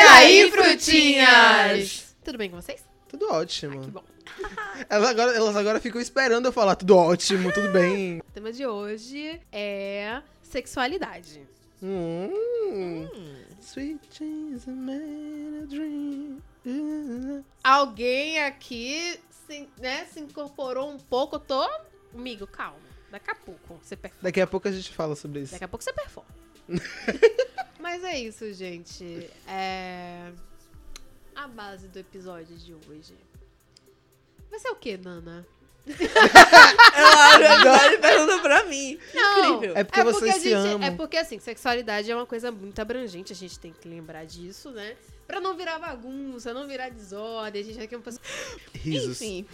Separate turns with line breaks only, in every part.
aí, frutinhas? Tudo bem com vocês? Ah,
Tudo ótimo.
Que bom.
Elas, agora, elas agora ficam esperando eu falar tudo ótimo, tudo bem.
O tema de hoje é sexualidade.
Hum. Sweet is a man a dream.
Alguém aqui se, né, se incorporou um pouco. Eu tô. Amigo, calma. Daqui a pouco você performa.
Daqui a pouco a gente fala sobre isso.
Daqui a pouco você performa. Mas é isso, gente. É. A base do episódio de hoje. Vai ser o quê, Nana?
Ela agora pergunta pra mim.
Não.
Incrível.
É porque vocês
a
se
gente-
amam.
É porque, assim, sexualidade é uma coisa muito abrangente, a gente tem que lembrar disso, né? Pra não virar bagunça, não virar desordem, a gente já quer um pessoal...
Risos.
Enfim,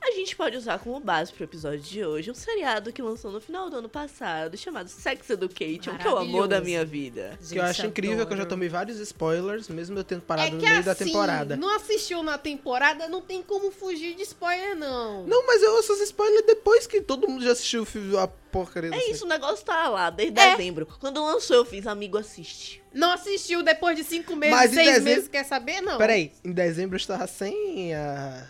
a gente pode usar como base pro episódio de hoje um seriado que lançou no final do ano passado chamado Sex Education, que é o amor da
Maravilhoso.
minha vida.
Que eu acho incrível que eu já tomei vários spoilers, mesmo eu tendo parado
é
no
que
meio
assim,
da temporada.
não assistiu na temporada, não tem como fugir de spoiler, não.
Não, mas eu ouço os spoilers depois que todo mundo já assistiu o fi- a porcaria
É
desse-
isso, o negócio tá lá desde
É.
dezembro. Quando lançou, eu fiz amigo assiste.
Não assistiu depois de cinco meses,
Mas em
seis
dezembro-
meses, quer saber? Não.
Peraí, em dezembro eu estava sem a,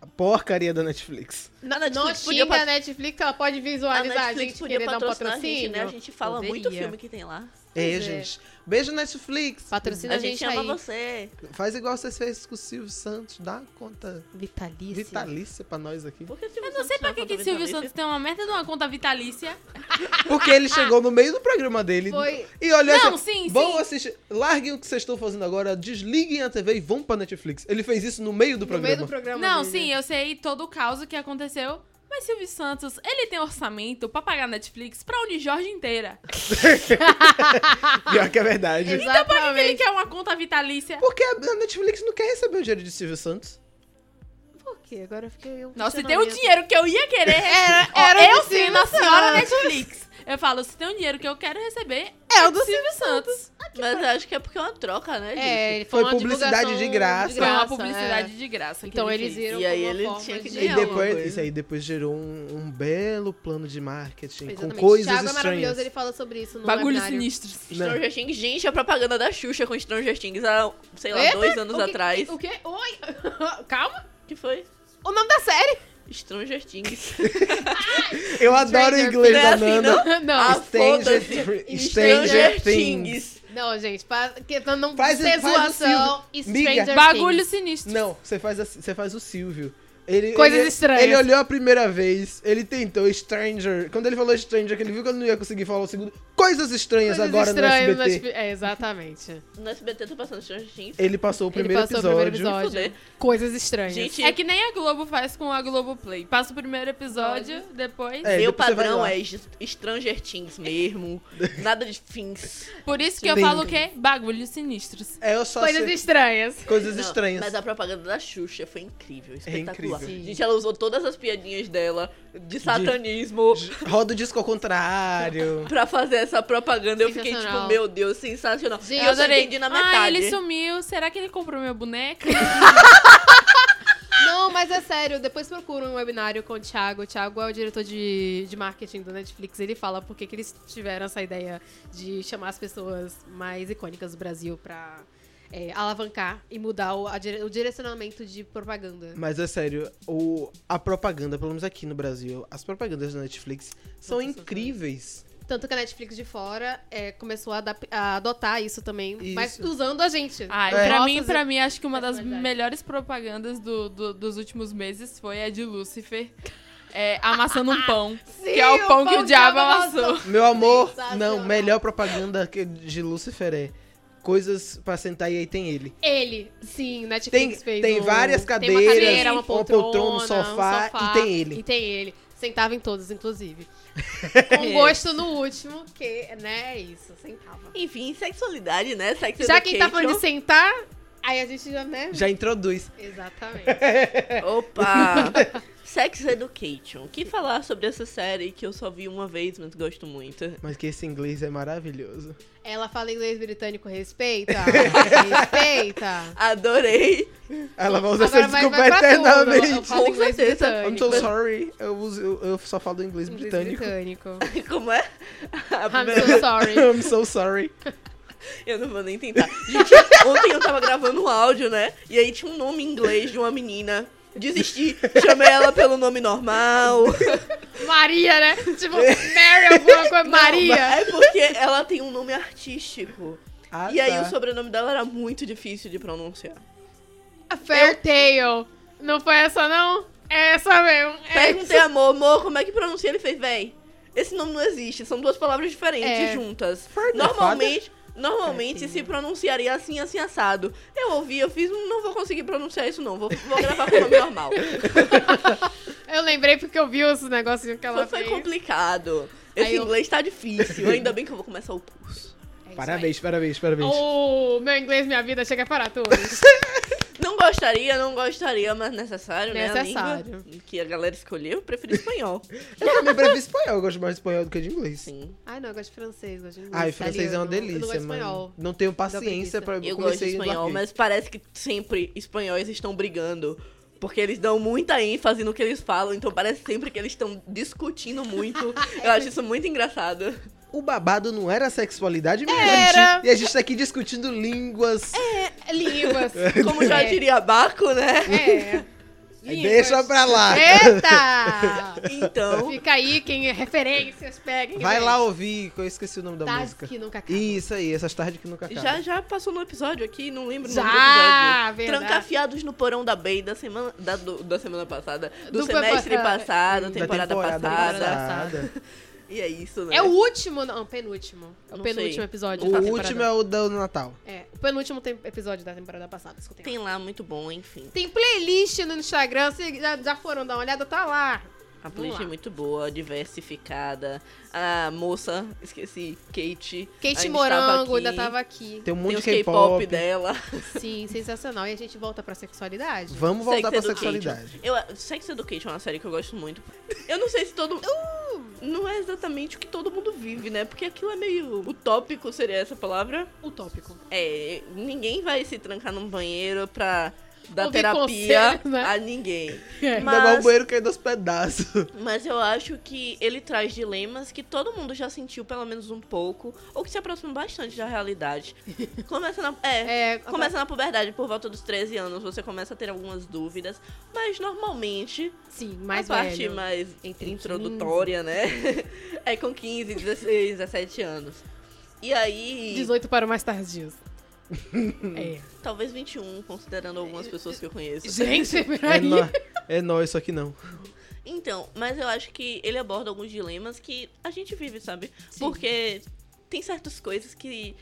a porcaria da Netflix.
Na
Não
Netflix
xinga
pat-
a Netflix, ela pode
a
visualizar a,
Tá Netflix
gente,
podia
querer dar um
patrocinar a
patrocínio.
gente, né? A gente fala muito
Poderia.
filme que tem lá.
É,
Pois é.
gente. Beijo, Netflix.
Patrocina
a gente, ama
aí.
você.
Faz igual vocês fez com o Silvio Santos. Dá uma conta
Vitalícia.
vitalícia pra nós aqui.
Por que
Eu não
é
sei pra que, que Silvio Santos tem uma merda de uma conta vitalícia.
Porque ele chegou no meio do programa dele
Foi.
e olhou
é
Não,
assim,
sim,
vão
sim.
assistir, larguem o que vocês estão fazendo agora, desliguem a TV e vão pra Netflix. Ele fez isso no meio do
No meio
programa.
do programa
Não,
dele.
sim, eu sei todo o caos que aconteceu. Mas Silvio Santos, ele tem orçamento pra pagar Netflix pra Unijorge inteira.
Pior que é verdade.
Então pra que que ele quer uma conta vitalícia?
Porque a Netflix não quer receber o dinheiro de Silvio Santos.
Então
Por quê? Agora eu fiquei. um
Nossa, se tem o
questionamento.
dinheiro que eu ia querer. Era,
era o
eu
de Silvio
sendo a senhora
Santos.
Netflix. Eu falo, se tem um dinheiro que eu quero receber, é, o do Silvio Santos.
Mas eu acho que é porque é uma troca, né, gente?
É, ele
Foi
uma
publicidade
divulgação
de graça.
Foi uma
graça,
publicidade
é.
de graça. que
Então
ele
eles
fez.
viram
E aí
como uma
ele
forma
tinha que
de-
É,
E
ganhar alguma
depois,
coisa.
isso aí depois gerou um, um belo plano de marketing
Exatamente.
com coisas
Thiago é
estranhas.
maravilhoso, ele fala sobre isso no
Bagulhos
webinário.
sinistros.
Não.
Stranger Things, gente, a propaganda da Xuxa com Stranger Things há, sei lá,
Eita,
dois anos
o que-
atrás.
O quê? Oi? Calma.
que foi?
O nome da série?
Stranger Things.
Eu adoro o
Stranger
inglês
Things.
da
Não é assim,
Nana.
Ah,
Não.
Stranger,
foda-se.
Stranger Things.
Não, gente, faz, que, pra não
Faz-
ser
faz o
zoação. Stranger Things.
Bagulhos sinistros.
Não, você faz, assim- você faz o Silvio. Ele,
Coisas
ele-
estranhas.
Ele olhou a primeira vez, ele tentou Stranger. Quando ele falou Stranger, que ele viu que eu não ia conseguir falar o segundo. Coisas estranhas
Coisas
agora
estranhas
no
no
SBT.
SBT. É, exatamente.
No SBT tá passando Stranger Things.
Ele passou o
Ele
primeiro
passou o
episódio.
primeiro episódio.
Fuder.
Coisas estranhas.
Gente,
É que nem a Globo faz com a Globo Play. Passa o primeiro episódio, depois.
É,
meu
depois você vai
padrão
lá.
é s- Stranger Things mesmo. Nada de fins.
Por isso que eu
Sim.
falo o quê? Bagulhos sinistros.
É, eu só
Coisas
sei-
estranhas.
coisas
Não,
estranhas. É
Mas a propaganda da Xuxa foi incrível, espetacular.
incrível.
Sim.
Gente, ela usou todas as piadinhas dela de satanismo
Roda o disco ao contrário.
pra fazer essa propaganda. Eu fiquei tipo,
Sensacional.
meu Deus, sensacional.
Gente,
e eu
eu
só entendi na metade.
Ah, ele sumiu. Será que ele comprou meu boneco?
Não, mas é sério, depois procura um webinário com o Thiago. O Thiago é o diretor de, de marketing da Netflix. Ele fala por que que eles tiveram essa ideia de chamar as pessoas mais icônicas do Brasil pra é, alavancar e mudar o, a dire- o direcionamento de propaganda.
Mas é sério, o, a propaganda, pelo menos aqui no Brasil, as propagandas da Netflix são
Nossa,
incríveis.
Tanto que a Netflix de fora é, começou a, adap- a adotar isso também, mas
Isso.
usando a gente.
Ai,
É.
pra
Nossas-
mim, pra mim, acho que
é
uma das
Personalidade.
melhores propagandas do- do- dos últimos meses foi a de Lúcifer. é, amassando um pão.
Sim,
que é o pão que o diabo
amassou.
amassou.
Meu amor,
Sensacional.
não, melhor propaganda que- de Lucifer é coisas pra sentar e aí tem ele.
Ele, sim, Netflix
Tem,
fez
tem
um-
várias
tem
cadeiras,
uma cadeira, uma
um
poltrona,
poltrona, um sofá,
um sofá,
e tem ele.
E tem ele. Sentava em todos, inclusive. Com gosto no último, que, né, é isso, sentava.
Enfim, sexualidade, né? Sex
Já que tá
education.
falando de sentar, aí a gente já, né?
Já introduz.
Exatamente.
Opa! Sex Education. O que falar sobre essa série que eu só vi uma vez, mas gosto muito?
Mas que esse inglês é maravilhoso.
Ela fala inglês britânico, respeita. respeita.
Adorei!
Ela vai usar
Agora
essa
vai,
desculpa
vai pra tudo. Eu
eternamente.
falo
Com
inglês
certeza.
I'm
britânico.
so sorry. Eu, uso- eu- eu só falo inglês
Inglês
britânico.
britânico.
Como é? A
I'm
primeira-
so sorry.
I'm so sorry.
Eu não vou nem tentar. Gente, ontem eu tava gravando um áudio, né? E aí tinha um nome em inglês de uma menina. Desisti, chamei ela pelo nome normal.
Maria, né? Tipo, Mary alguma coisa. Maria.
Não, É porque ela tem um nome artístico.
Ah,
e aí
tá.
o sobrenome dela era muito difícil de pronunciar.
Fairtale. Não foi essa, não? É essa mesmo. É
Perguntei a Mo, Mo, como é que pronuncia? Ele fez, véi, esse nome não existe, são duas palavras diferentes
É.
juntas.
Farda,
Normalmente, normalmente
Fartinha.
se pronunciaria assim, assim, assado. Eu ouvi, eu fiz, "Hum, não vou conseguir pronunciar isso não, vou, vou gravar com o nome normal.
Eu lembrei porque eu vi os negocinhos que ela
Foi, foi
fez.
complicado. Esse
Aí eu-
inglês tá difícil, ainda bem que eu vou começar o curso.
É isso
Parabéns, parabéns, parabéns.
Oh. O meu inglês, minha vida, chega para todos.
Não gostaria, não gostaria, mas necessário, né? A
Necessário.
língua que a galera escolheu, eu preferi espanhol.
Eu também prefiro espanhol, eu gosto mais de espanhol do que de inglês.
Sim.
Ai, não, eu gosto de francês, gosto de inglês.
Ai, francês é
italiano, eu
uma
não
delícia,
gosto de espanhol.
mano. Não tenho
preguiça.
paciência pra
Eu gosto de
comecei no
espanhol,
arqueiro.
mas parece que sempre espanhóis estão brigando. Porque eles dão muita ênfase no que eles falam, então parece sempre que eles estão discutindo muito. Eu acho isso muito engraçado.
O babado não era sexualidade, minha
Era. É,
gente. E a gente tá aqui discutindo línguas.
Línguas.
Como já
É.
diria Baco, né?
É.
Deixa
Línguas. É,
pra lá.
Eita!
Então,
Fica aí, quem é referências, peguem.
Vai
né?
lá ouvir, que eu esqueci o nome da
Tardes
música.
que nunca acaba.
Isso aí, essas tardes que nunca acabam.
já, já passou no episódio aqui, não lembro o nome do
Já,
episódio.
verdade.
Trancafiados no Porão da Bay da semana, da, do- da semana passada, do,
Do
semestre
passado.
passado,
Da
Da
temporada, passada.
passada.
E é isso, né?
É o último, não, penúltimo. É o
Não
penúltimo
sei.
episódio. da
O
temporada.
último é o do Natal.
É, o penúltimo tem- episódio da temporada passada, escutem.
Tem lá, muito bom, enfim.
Tem playlist no Instagram, se já, já foram dar uma olhada, tá lá.
A
Vamos
playlist é
lá.
muito boa, diversificada. A moça, esqueci, Kate.
Kate
ainda
Morango
estava
ainda
aqui.
tava aqui.
Tem um
Tem
monte
os
de
K-pop né?
K-pop.
dela.
Sim, sensacional. E a gente volta pra sexualidade.
Vamos voltar pra
Sex Education.
sexualidade.
Eu, Sex Education é uma série que eu gosto muito. Eu não sei se todo.
Uh!
Não é exatamente o que todo mundo vive, né? Porque aquilo é meio utópico, seria essa palavra.
Utópico.
É, ninguém vai se trancar num banheiro pra dar
Ouvir
terapia
conselho, né?
a ninguém.
É.
Ainda mais o
Mas,
banheiro caiu dos pedaços.
mas eu acho que ele traz dilemas que todo mundo já sentiu pelo menos um pouco, ou que se aproximam bastante da realidade. Começa na. é,
É,
Começa na puberdade, por volta dos 13 anos, você começa a ter algumas dúvidas, mas normalmente
Sim, mais
a parte
velho.
mais
Entre
introdutória, né? é com 15, 16, 17 anos. E aí,
18 para o mais tardios. é.
talvez 21, considerando algumas pessoas que eu conheço.
Gente,
É,
peraí.
nó- é nóis, só que não.
Então, mas eu acho que ele aborda alguns dilemas que a gente vive, sabe?
Sim.
Porque tem certas coisas que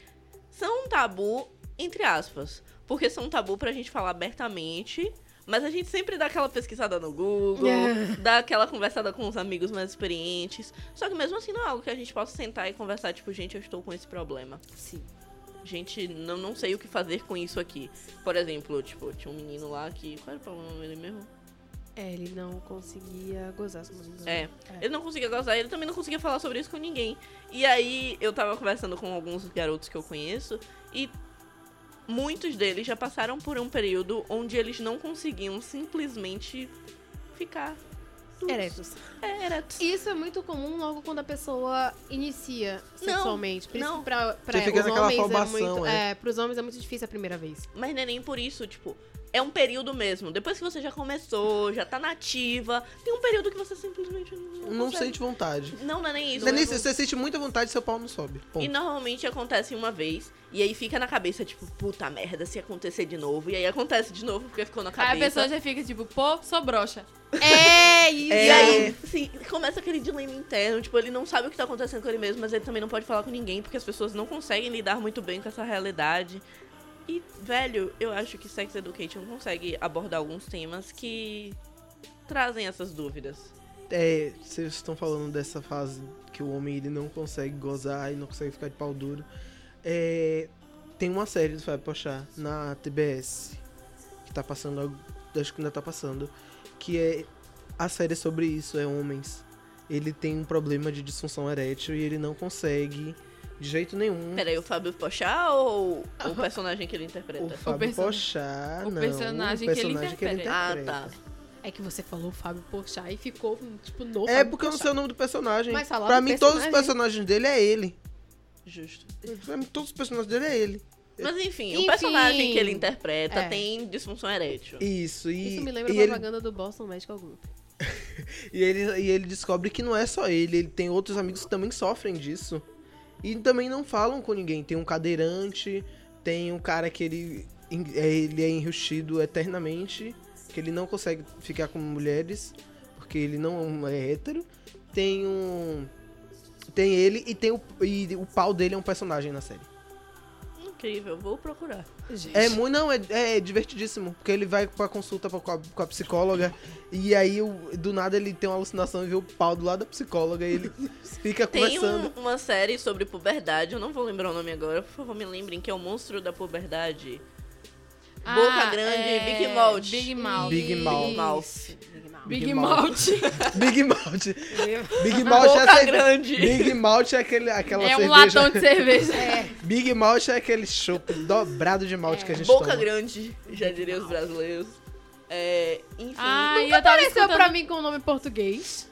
são um tabu, entre aspas. Porque são um tabu pra gente falar abertamente. Mas a gente sempre dá aquela pesquisada no Google,
É.
dá aquela conversada com os amigos mais experientes. Só que mesmo assim não é algo que a gente possa sentar e conversar, tipo, gente, eu estou com esse problema.
Sim.
Gente, não, não sei o que fazer com isso aqui. Por exemplo, tipo, tinha um menino lá que. Qual era o problema dele mesmo?
É, ele não conseguia gozar com meninas.
É. Ele não conseguia gozar, ele também não conseguia falar sobre isso com ninguém. E aí eu tava conversando com alguns garotos que eu conheço e muitos deles já passaram por um período onde eles não conseguiam simplesmente ficar. duros.
Eretos.
É, eretos.
Isso é muito comum logo quando a pessoa inicia sexualmente. Por isso
não.
que pra, pra
Você fica
os
naquela
homens
formação,
é muito.
é.
É, pros homens é muito difícil a primeira vez.
Mas não é nem por isso, tipo, é um período mesmo. Depois que você já começou, já tá nativa, tem um período que você simplesmente não,
Não
consegue.
sente vontade.
Não, não é nem isso.
Você, nem,
mas-
você sente muita vontade seu pau não sobe.
E
Ponto.
normalmente acontece uma vez, e aí fica na cabeça, tipo, puta merda, se acontecer de novo. E aí acontece de novo, porque ficou na cabeça.
Aí a pessoa já fica tipo, pô, sou broxa.
É isso!
E
É.
aí, sim, começa aquele dilema interno, tipo, ele não sabe o que tá acontecendo com ele mesmo, mas ele também não pode falar com ninguém, porque as pessoas não conseguem lidar muito bem com essa realidade. E, velho, eu acho que Sex Education consegue abordar alguns temas que trazem essas dúvidas.
É, vocês estão falando dessa fase que o homem ele não consegue gozar e não consegue ficar de pau duro. É, tem uma série do Fábio Pochá na TBS que tá passando, ag- acho que ainda tá passando, que é a série é sobre isso, é homens. Ele tem um problema de disfunção erétil e ele não consegue de jeito nenhum.
Peraí, o Fábio Pochá ou o personagem que ele
O
interpreta?
Fábio
person-
Pochá,
o
não,
personagem que ele
Ah, tá.
É que você falou Fábio Porchat e ficou, tipo, no
É
Fábio
porque eu não
Porchat.
sei o nome do personagem.
Mas falar
Pra
do
mim, todos os
personagem.
personagens dele é ele.
Justo.
Pra mim, todos os personagens dele é ele.
Mas enfim,
Enfim.
o personagem que ele interpreta
É.
tem disfunção erétil.
Isso, e.
Isso me lembra
e ele,
propaganda do Boston Medical Group.
e, ele, e ele descobre que não é só ele, ele tem outros amigos que também sofrem disso. E também não falam com ninguém. Tem um cadeirante, tem um cara que ele, ele é enrustido eternamente, que ele não consegue ficar com mulheres, porque ele não é hétero. Tem um. Tem ele e tem o, e o pau dele é um personagem na série.
Incrível, vou procurar.
Gente.
É muito, não, é, é divertidíssimo, porque ele vai pra consulta pra- com a, com a psicóloga e aí o- do nada ele tem uma alucinação e vê o pau do lado da psicóloga e ele fica
Tem um-
conversando.
uma série sobre puberdade, eu não vou lembrar o nome agora, por favor me lembrem, que é o monstro da puberdade.
Ah,
Boca Grande,
é,
Big Mouth.
Big Mouth.
Big Mouth.
Isso, Big Mouth.
Big,
Big Mouth.
Mouth.
Big Mouth. Big Mouth é,
um. Boca
cer-
Grande.
Big Mouth é aquele, aquela
É um
cerveja.
latão de cerveja.
Big Mouth é aquele chopp dobrado de malte que a gente
É, Boca
toma.
Grande, já diria os brasileiros. É, enfim.
Ah, e
Nunca
eu tava
apareceu
escutando...
pra mim com o nome português.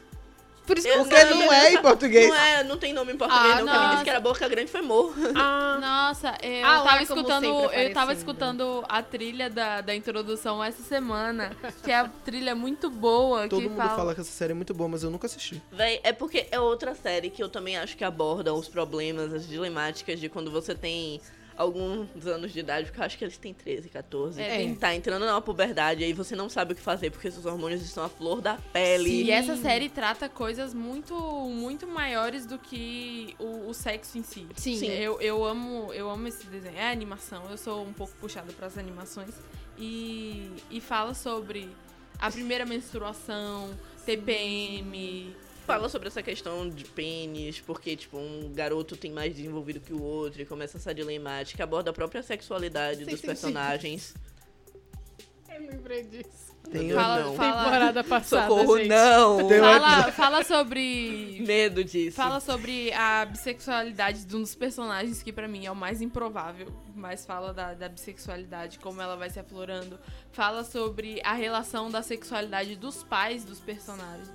Por isso que
Eu
eu
Porque não é em português.
Não é, não tem nome em português,
Ah,
não. Quem me disse
nossa.
que era Boca Grande foi morro.
Ah,
Nossa, eu
Ah, lá,
tava
como
escutando,
sempre
eu tava
aparecendo.
escutando a trilha da, da introdução essa semana, que é a trilha muito boa
Todo
que
mundo
fala.
fala... que essa série é muito boa, mas eu nunca assisti.
Véi, é porque é outra série que eu também acho que aborda os problemas, as dilemáticas de quando você tem alguns anos de idade, porque eu acho que eles têm 13, 14.
É.
Tem- Tá entrando na puberdade, aí você não sabe o que fazer, porque seus hormônios estão à flor da pele.
E essa série trata coisas muito, muito maiores do que o, o sexo em si.
Sim.
Sim.
Eu, eu amo, eu amo esse desenho. É animação. Eu sou um pouco puxada pras animações e e fala sobre a primeira menstruação, TPM.
Fala sobre essa questão de pênis, porque, tipo, um garoto tem mais desenvolvido que o outro, e começa essa dilemática, aborda a própria sexualidade
Sim,
dos
sim,
personagens.
eu lembrei disso.
Tem
Eu
Fala,
não.
fala,
Temporada passada,
Socorro,
gente.
não!
Tem um
fala, fala sobre
Medo disso.
Fala sobre a bissexualidade de um dos personagens que pra mim é o mais improvável, mas fala da, da bissexualidade, como ela vai se aflorando. Fala sobre a relação da sexualidade dos pais dos personagens,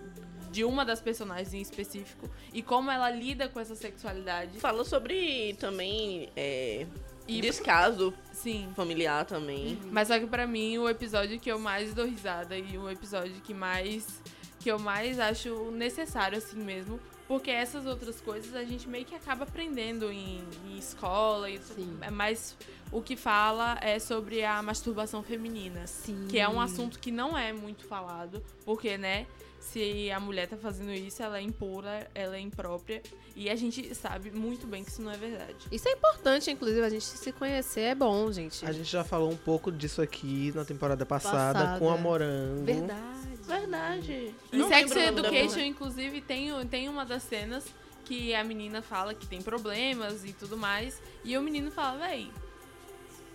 de uma das personagens em específico, e como ela lida com essa sexualidade.
Fala sobre também é,
E
descaso
sim,
familiar também.
Uhum.
mas só que pra mim o episódio que eu mais dou risada e o episódio que mais que eu mais acho necessário assim mesmo, porque essas outras coisas a gente meio que acaba aprendendo em, em escola e
Sim.
mas o que fala é sobre a masturbação feminina,
Sim.
que é um assunto que não é muito falado, porque né, se a mulher tá fazendo isso, ela é impura, ela é imprópria, e a gente sabe muito bem que isso não é verdade.
Isso é importante, inclusive, a gente se conhecer é bom, gente.
A gente já falou um pouco disso aqui na temporada passada,
Passada.
com a Morango.
Verdade. é
Verdade.
E
Não
Sex
lembro o nome da
Education,
mulher.
inclusive, tem, o- tem uma das cenas que a menina fala que tem problemas e tudo mais. E o menino fala, véi,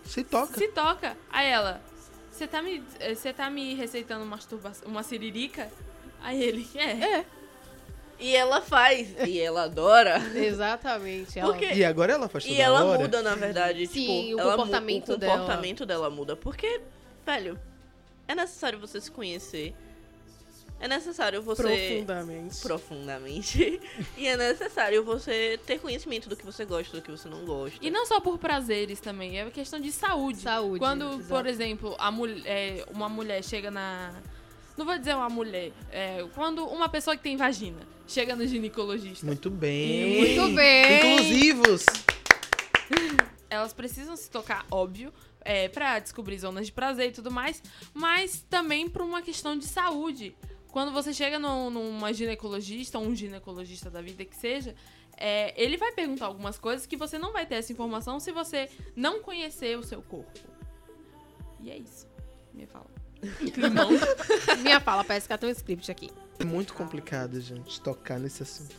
Se toca.
se toca. Aí ela, você tá me. eh, Você tá me receitando masturbação, uma siririca? Aí ele, é.
E ela faz. E ela adora.
Exatamente. ela-
Porque-
E agora ela faz toda
E ela
hora.
muda, na verdade.
Sim,
tipo,
o
ela mu-
comportamento
o
dela.
comportamento dela. muda. Porque, velho, é necessário você se conhecer. É necessário você.
Profundamente.
Profundamente. e é necessário você ter conhecimento do que você gosta, do que você não gosta.
E não só por prazeres também, é questão de saúde.
Saúde.
Quando,
exato.
por exemplo, a mul- é, uma mulher chega na. Não vou dizer uma mulher. é, quando uma pessoa que tem vagina chega no ginecologista.
Muito bem.
Muito bem.
Inclusivos.
elas precisam se tocar, óbvio, é, para descobrir zonas de prazer e tudo mais, mas também por uma questão de saúde. Quando você chega num- numa ginecologista, ou um ginecologista da vida que seja, é, ele vai perguntar algumas coisas que você não vai ter essa informação se você não conhecer o seu corpo. E é isso. Me fala. Climão.
Minha fala, parece que ela tem um script aqui.
É muito complicado, gente, tocar nesse assunto.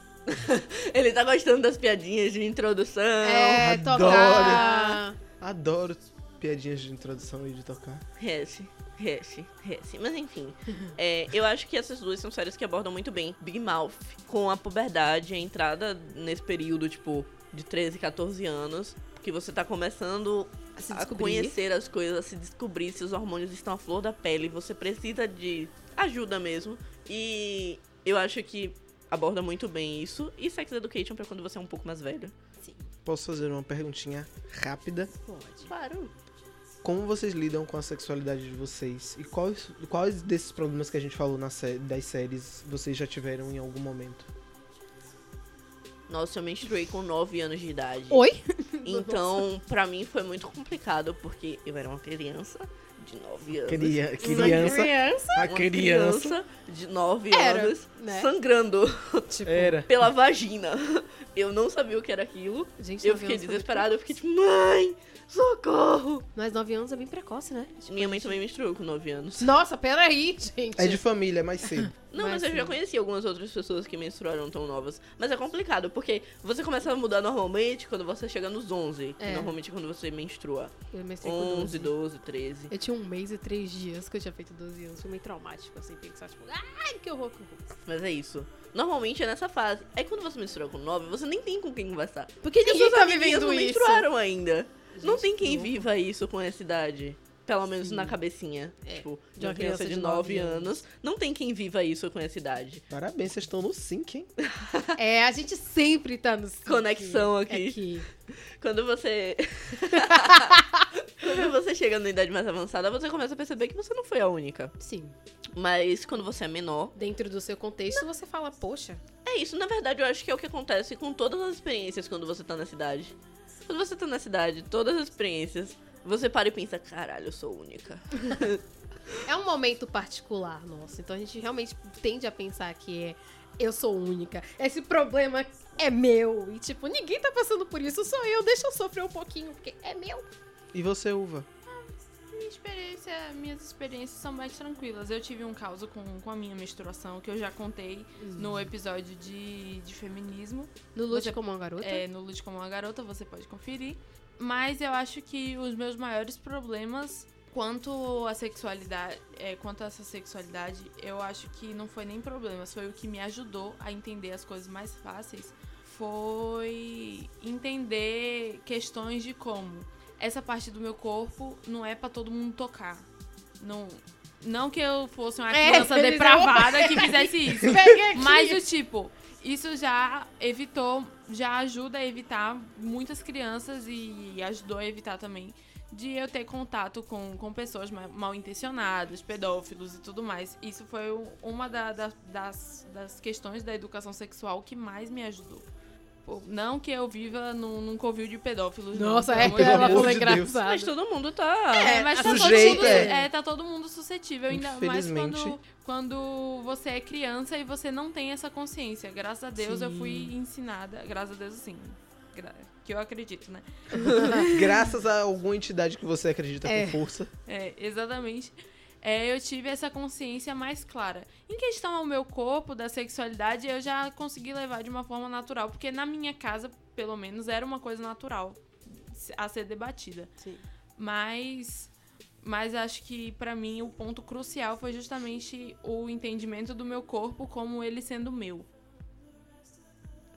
Ele tá gostando das piadinhas de introdução.
é,
adoro.
tocar.
Adoro piadinhas de introdução e de tocar.
Resse, resse, resse. Mas enfim, é, eu acho que essas duas são séries que abordam muito bem Big Mouth, com a puberdade, a entrada nesse período, tipo, de 13, 14 anos, que você tá começando
A se
a
descobrir.
conhecer as coisas, a se descobrir se os hormônios estão à flor da pele, você precisa de ajuda mesmo. E eu acho que aborda muito bem isso. E Sex Education pra quando você é um pouco mais velho.
Sim.
posso fazer uma perguntinha rápida?
Pode.
Claro.
Como vocês lidam com a sexualidade de vocês? E quais, quais desses problemas que a gente falou na sé- das séries vocês já tiveram em algum momento?
Nossa, eu menstruei com 9 anos de idade.
Oi?
Então, pra mim foi muito complicado, porque eu era uma criança de 9 anos.
Queria,
Uma
criança.
é criança.
A
uma
criança.
de 9
Era,
anos
né?
sangrando
Tipo,
Era.
pela vagina. Eu não sabia o que era aquilo.
gente,
Eu
nove anos
fiquei
foi muito
desesperada, eu fiquei tipo, mãe, socorro!
Mas 9 anos é bem precoce, né? Tipo,
Minha mãe também menstruou com 9 anos.
Nossa, peraí, gente.
É de família, é mais cedo.
Não, mas,
Mas
eu já
sim.
conheci algumas outras pessoas que menstruaram tão novas. Mas é complicado, porque você começa a mudar normalmente quando você chega nos 11. que
É.
normalmente é quando você menstrua.
Eu mestrei com
11,
12.
12, 13.
Eu tinha um mês e três dias que eu tinha feito 12 anos. Foi meio traumático, assim, pensar, tipo, ai, que horror, que horror.
Mas é isso. Normalmente é nessa fase. Aí quando você menstrua com 9, você nem tem com quem conversar. Porque
ninguém tá
amiguinhas
vivendo
não
isso.
menstruaram ainda. não
Gente,
tem quem
que
viva isso com essa idade. Pelo menos na cabecinha.
É,
Tipo, de
de
uma criança de 9 anos. Não tem quem viva isso com essa idade.
Parabéns, vocês estão no sync, hein?
É, a gente sempre tá nos.
Conexão aqui.
aqui. É
Quando você. quando você chega na idade mais avançada, você começa a perceber que você não foi a única.
Sim.
Mas quando você é menor.
Dentro do seu contexto, você fala, poxa,
É isso, na verdade, eu acho que é o que acontece com todas as experiências quando você tá na cidade. Quando você tá na cidade, todas as experiências, você para e pensa, caralho, eu sou única.
é um momento particular nosso. Então a gente realmente tende a pensar que é. Eu sou única. Esse problema é meu. E, tipo, ninguém tá passando por isso, sou eu. Deixa eu sofrer um pouquinho, porque é meu.
E você, Uva?
Minha experiência, minhas experiências são mais tranquilas. Eu tive um caso com, com a minha menstruação, que eu já contei no episódio de, de feminismo.
No Lute
Você-
como uma garota.
É, no Lute Como Uma Garota, você pode conferir. Mas eu acho que os meus maiores problemas quanto à sexualidade, é, quanto a essa sexualidade, eu acho que não foi nem problemas, foi o que me ajudou a entender as coisas mais fáceis, foi entender questões de como essa parte do meu corpo não é pra todo mundo tocar. Não, não que eu fosse uma
É,
criança
eles-
depravada que fizesse isso.
Peguei aqui.
Mas o tipo, isso já evitou, já ajuda a evitar muitas crianças e ajudou a evitar também de eu ter contato com, com pessoas ma- mal intencionadas, pedófilos e tudo mais. Isso foi o- uma da- da- das, das questões da educação sexual que mais me ajudou. Pô, Não que eu viva num, num covil de pedófilos. não,
Nossa,
pelo
é,
amor de
ela
Deus.
falou
Deus.
engraçado.
Mas todo mundo tá.
É, mas tá todo,
Sujeito,
mundo,
é.
é, tá todo mundo suscetível, ainda mais
Infelizmente.
quando, quando você é criança e você não tem essa consciência. Graças a Deus eu fui ensinada, graças a Deus sim, gra- que eu acredito, né?
Graças a alguma entidade que você acredita
É.
com força.
É, exatamente. É, eu tive essa consciência mais clara. Em questão ao meu corpo, da sexualidade, eu já consegui levar de uma forma natural, porque na minha casa, pelo menos, era uma coisa natural a ser debatida.
Sim.
Mas mas acho que pra mim o ponto crucial foi justamente o entendimento do meu corpo como ele sendo meu.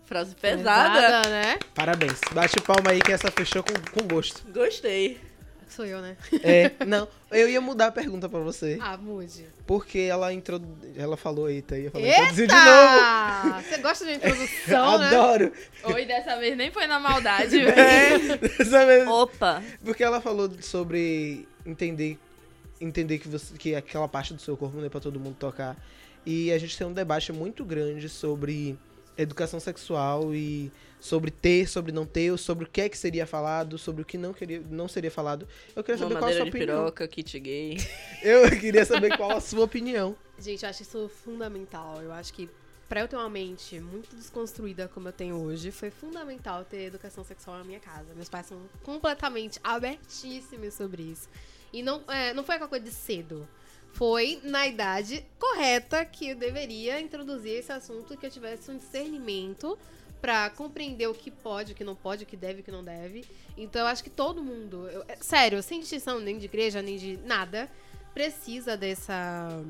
Frase é pesada.
né?
Parabéns. Bate palma aí que essa fechou com, com gosto.
Gostei.
Sou eu, né?
É, não, eu ia mudar a pergunta pra você.
Ah, mude.
Porque ela entrou. Ela falou eita, eu ia falar introduziu de novo.
Eita! Tá. Você gosta de introdução, né?
Adoro.
Oi, dessa vez nem foi na maldade.
É, sabe?
Opa!
Porque ela falou sobre entender entender que você que aquela parte do seu corpo não é pra todo mundo tocar. E a gente tem um debate muito grande sobre educação sexual e sobre ter, sobre não ter, sobre o que é que seria falado, sobre o que não queria, não seria falado. Eu queria
Uma
saber qual a sua
madeira de
opinião.
piroca, kit gay.
Eu queria saber qual a sua opinião.
Gente, eu acho isso fundamental. Eu acho que pra eu ter uma mente muito desconstruída como eu tenho hoje, foi fundamental ter educação sexual na minha casa. Meus pais são completamente abertíssimos sobre isso. E não, é, não foi aquela coisa de cedo. Foi na idade correta que eu deveria introduzir esse assunto, que eu tivesse um discernimento pra compreender o que pode, o que não pode, o que deve, o que não deve. Então eu acho que todo mundo, eu- é, sério, sem distinção nem de igreja, nem de nada, precisa dessa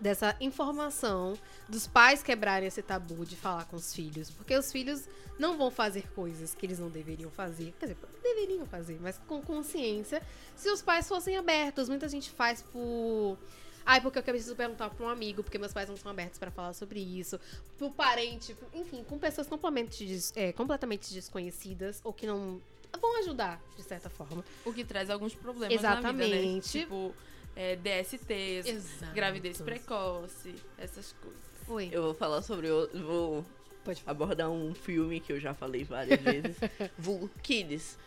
dessa informação dos pais quebrarem esse tabu de falar com os filhos, porque os filhos não vão fazer coisas que eles não deveriam fazer, quer dizer, deveriam fazer, mas com consciência, se os pais fossem abertos, muita gente faz por Ai, porque eu preciso perguntar pra um amigo, porque meus pais não são abertos pra falar sobre isso. Pro parente, pro- enfim, com pessoas completamente, des- é, completamente desconhecidas ou que não vão ajudar, de certa forma.
O que traz alguns problemas na vida, né?
Exatamente.
Tipo, é, DSTs,
Exato.
gravidez precoce, essas coisas.
Oi,
Eu vou falar sobre. o- Vou
pode falar.
abordar um filme que eu já falei várias vezes. Vulgo Kids.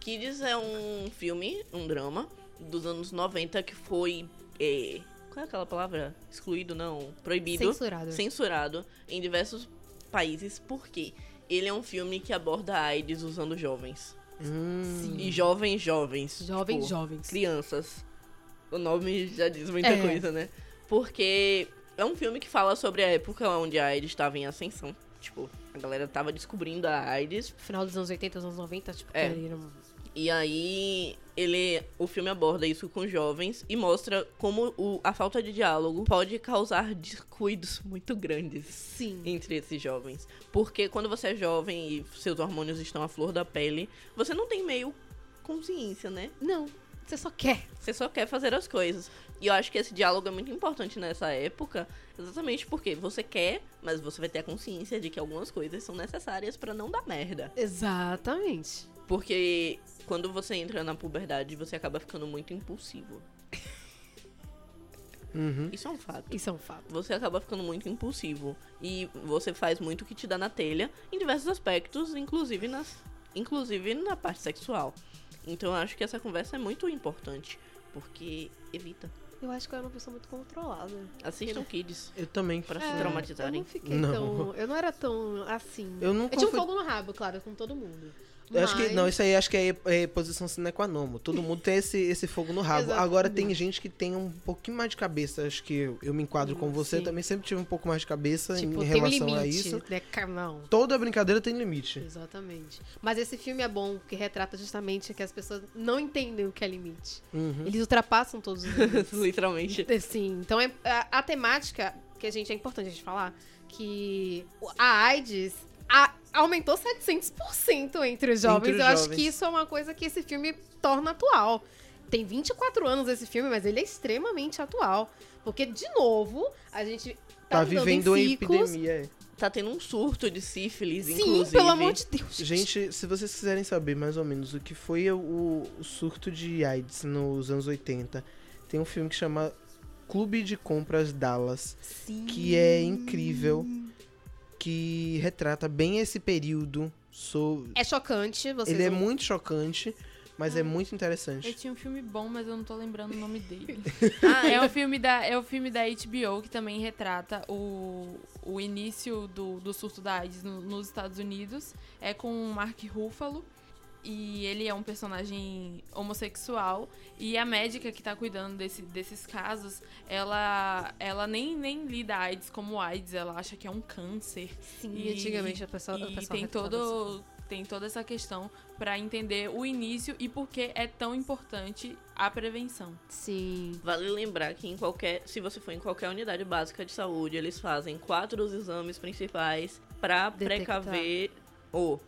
Kids é um filme, um drama, dos anos 90 que foi. eh, qual é aquela palavra? Excluído, não? Proibido.
Censurado.
Censurado em diversos países, porque ele é um filme que aborda a AIDS usando jovens.
Hum,
E jovens, jovens.
Jovens,
tipo,
jovens.
crianças. O nome já diz muita
É.
coisa, né? Porque é um filme que fala sobre a época onde a AIDS estava em ascensão. Tipo, a galera tava descobrindo a AIDS.
Final dos anos 80, anos 90, tipo,
É.
que ele não-
E aí ele. O filme aborda isso com jovens e mostra como o- a falta de diálogo pode causar descuidos muito grandes
Sim.
entre esses jovens. Porque quando você é jovem e seus hormônios estão à flor da pele, você não tem meio consciência, né?
Não, você só quer.
Você só quer fazer as coisas. E eu acho que esse diálogo é muito importante nessa época, exatamente porque você quer, mas você vai ter a consciência de que algumas coisas são necessárias pra não dar merda.
Exatamente.
Porque quando você entra na puberdade, você acaba ficando muito impulsivo.
uhum.
Isso é um fato.
Isso é um fato.
Você acaba ficando muito impulsivo e você faz muito o que te dá na telha em diversos aspectos, inclusive nas inclusive na parte sexual. Então eu acho que essa conversa é muito importante, porque evita.
Eu acho que eu era uma pessoa muito controlada.
Assistam Kids
Eu também.
pra
É,
se traumatizarem.
Eu não fiquei
Não.
tão. Eu não era tão assim. Eu,
Eu nunca
tinha um
fui-
fogo no rabo, claro, com todo mundo.
Eu acho que, não,
Mas-
isso aí acho que é, é posição sine qua non. Todo mundo tem esse, esse fogo no rabo.
Exatamente.
Agora tem gente que tem um pouquinho mais de cabeça. Acho que eu, eu me enquadro com você.
Sim.
Também sempre tive um pouco mais de cabeça
tipo, tem
em
um
relação a
limite,
isso.
né? cara? Não.
Toda brincadeira tem limite.
Exatamente. Mas esse filme é bom, porque retrata justamente que as pessoas não entendem o que é limite.
Uhum.
Eles ultrapassam todos os limites.
Literalmente.
Sim, então é, a, a temática que a gente é importante a gente falar que o- a AIDS a- aumentou 700% entre os jovens.
Entre os
Eu acho
jovens.
que isso é uma coisa que esse filme torna atual. Tem 24 anos esse filme, mas ele é extremamente atual, porque de novo a gente tá,
Tá
andando
vivendo
em
a
ciclos.
epidemia. é.
Tá tendo um surto de sífilis,
Sim,
inclusive.
pelo amor de Deus.
Gente, se vocês quiserem saber mais ou menos o que foi o, o surto de AIDS nos anos 80, tem um filme que chama Clube de Compras Dallas,
Sim.
que é incrível, que retrata bem esse período. So-
É chocante, vocês
Ele é
vão- Ah.
muito chocante, mas é muito
Eu
interessante.
tinha um filme bom, mas eu não tô lembrando o nome dele.
Ah,
É
é.
o filme da, é o filme da HBO que também retrata o, o início do, do surto da AIDS no- nos Estados Unidos. É com o Mark Ruffalo. E ele é um personagem homossexual. E a médica que tá cuidando desse- desses casos, ela, ela nem, nem lida a AIDS como AIDS, ela acha que é um câncer.
Sim,
E-
antigamente a pessoa, a
e
pessoa assim.
tem
retratava isso.
todo tem toda essa questão pra entender o início e por que é tão importante a prevenção.
Sim.
Vale lembrar que em qualquer. Se você for em qualquer unidade básica de saúde, eles fazem quatro exames principais pra
Detectar.
precaver ou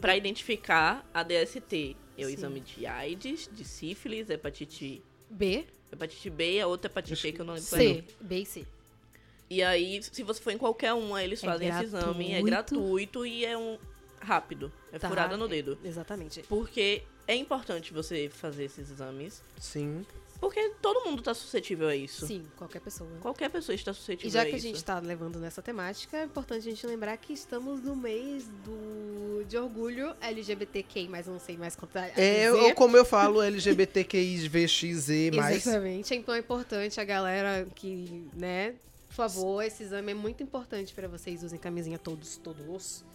pra identificar a DST. É o
Sim.
exame de AIDS, de sífilis, hepatite.
B,
Hepatite B e a outra hepatite
Acho
B que eu não lembro. qual é.
C, B e C.
E aí, se você for em qualquer uma, eles
É
fazem esse exame. É
gratuito.
gratuito e é um. rápido. É
Tá.
furada no dedo.
Exatamente.
Porque é importante você fazer esses exames.
É
Sim.
Porque todo mundo tá suscetível a isso.
Sim, qualquer pessoa.
Qualquer pessoa está suscetível
E já
a
que a
é isso.
gente tá levando nessa temática, é importante a gente lembrar que estamos no mês do de orgulho LGBTQI, mas eu não sei mais quanto a- a
É, eu-
dizer.
como eu falo, LGBTQIVXZ, mas
Exatamente. Então é importante a galera que, né, por favor, esse exame é muito importante pra vocês. Usem camisinha todos, todos.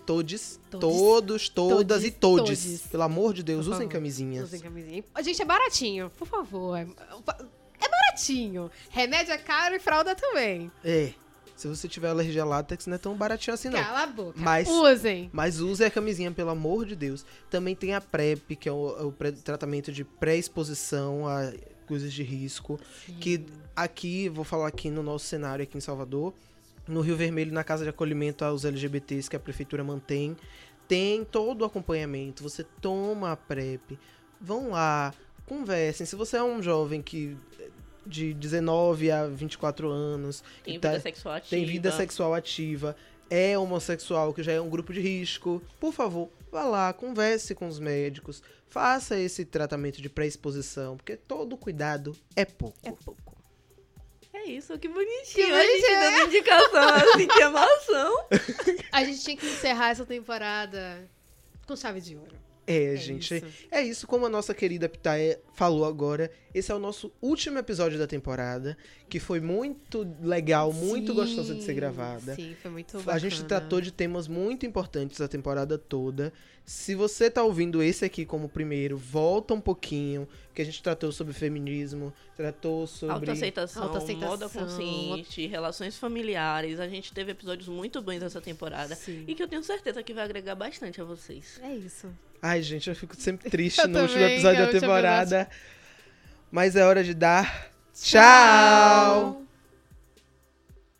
todes,
Todes.
todos, todas e
Todes,
todes.
todes.
Pelo amor de Deus,
Por
usem
favor,
camisinhas.
Usem camisinha. A gente é baratinho, por favor. É, é baratinho. Remédio é caro e fralda também.
É. Se você tiver alergia a látex, não é tão baratinho assim, não.
Cala a boca.
Mas-
Usem.
Mas use a camisinha, pelo amor de Deus. Também tem a PrEP, que é o, o pré- tratamento de pré-exposição a coisas de risco. Que aqui, vou falar aqui no nosso cenário, aqui em Salvador, no Rio Vermelho, na casa de acolhimento aos LGBTs que a prefeitura mantém, tem todo o acompanhamento. Você toma a PrEP, vão lá, conversem. Se você é um jovem que eh, de 19 a 24 anos,
Tem
que tá-
vida sexual ativa.
tem vida sexual ativa, é homossexual, que já é um grupo de risco. Por favor, vá lá, converse com os médicos, faça esse tratamento de pré-exposição, porque todo cuidado é pouco.
É pouco.
É isso, que bonitinho.
Que
a gente
bonitinho,
dando indicação, assim, que emoção.
A gente tinha que encerrar essa temporada com chave de ouro.
É,
É
gente.
isso.
É isso, como a nossa querida Pitae falou agora, esse é o nosso último episódio da temporada, que foi muito legal, muito
Sim,
gostosa de ser gravada.
Sim, foi muito
A
bacana.
gente tratou de temas muito importantes a temporada toda. Se você tá ouvindo esse aqui como primeiro, volta um pouquinho, que a gente tratou sobre feminismo, tratou sobre
Autoaceitação,
Autoaceitação.
moda consciente, relações familiares. A gente teve episódios muito bons essa temporada.
Sim.
E que eu tenho certeza que vai agregar bastante a vocês.
É isso.
Ai, gente, eu fico sempre triste
Eu
no último
também,
episódio
é o
da
último
temporada. Mas é hora de dar tchau.